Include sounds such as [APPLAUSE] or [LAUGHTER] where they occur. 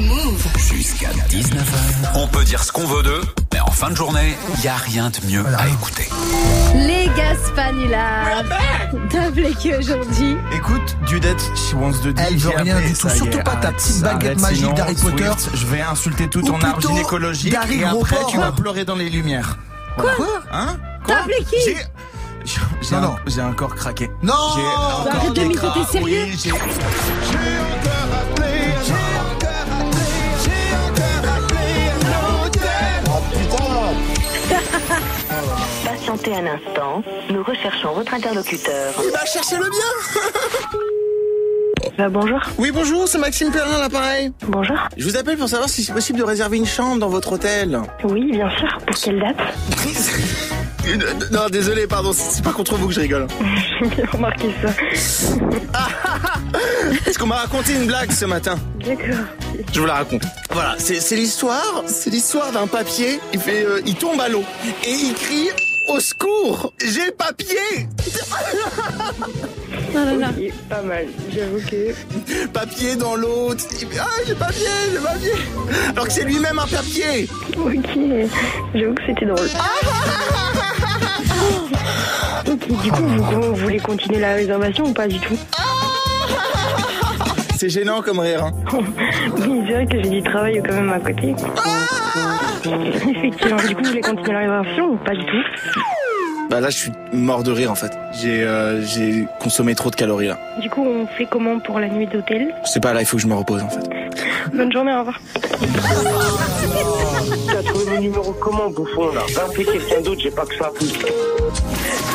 Move. Jusqu'à 19h, on peut dire ce qu'on veut d'eux, mais en fin de journée, il n'y a rien de mieux à écouter. Les Gaspanulars Double qui aujourd'hui. Écoute, Dudette, she wants the Elle veut rien du tout, surtout pas ta petite baguette magique d'Harry Potter. je vais insulter tout Ou ton art plutôt gynécologique d'Harry et après Gros-Port. tu vas pleurer dans les lumières. Voilà. Hein Quoi T'as appelé qui J'ai j'ai un- Non, non. j'ai encore craqué. Non J'ai encore arrête de des miser, t'es cra- sérieux oui, j'ai- j'ai encore appelé, j'ai encore appelé, j'ai encore appelé un autre. Patientez un instant, nous recherchons votre interlocuteur. Il va chercher le bien Bah, bonjour, Oui bonjour, c'est Maxime Perrin l'appareil. bonjour. Je vous appelle pour savoir si c'est possible de réserver une chambre dans votre hôtel. Oui, bien sûr. Pour quelle date Non, Ah, désolé, pardon, c'est c'est pas contre vous que je rigole. J'ai remarqué ça. Parce qu'on m'a raconté une blague ce matin. D'accord. Je vous la raconte. Voilà, c'est c'est l'histoire, c'est l'histoire d'un papier. Il fait, euh, il tombe à l'eau et il crie au secours. J'ai le papier, Non, non, non. est pas mal, j'avoue que... papier dans l'eau. Il fait, Ah, j'ai le papier, j'ai le papier. Alors que c'est lui-même un papier. Ok, j'avoue que c'était drôle. Ah. [LAUGHS] Ok, du coup, vous, vous voulez continuer la réservation ou pas du tout C'est gênant comme rire. hein. Oui, c'est vrai que j'ai du travail quand même à côté. Ah. [LAUGHS] Effectivement, du coup, vous voulez continuer la réservation ou pas du tout Bah là, je suis mort de rire en fait. J'ai euh, j'ai consommé trop de calories là. Du coup, on fait comment pour la nuit d'hôtel C'est pas là, il faut que je me repose en fait. Bonne journée, au revoir. T'as trouvé mon numéro comment, bouffon, là Va appeler quelqu'un d'autre, j'ai pas que ça.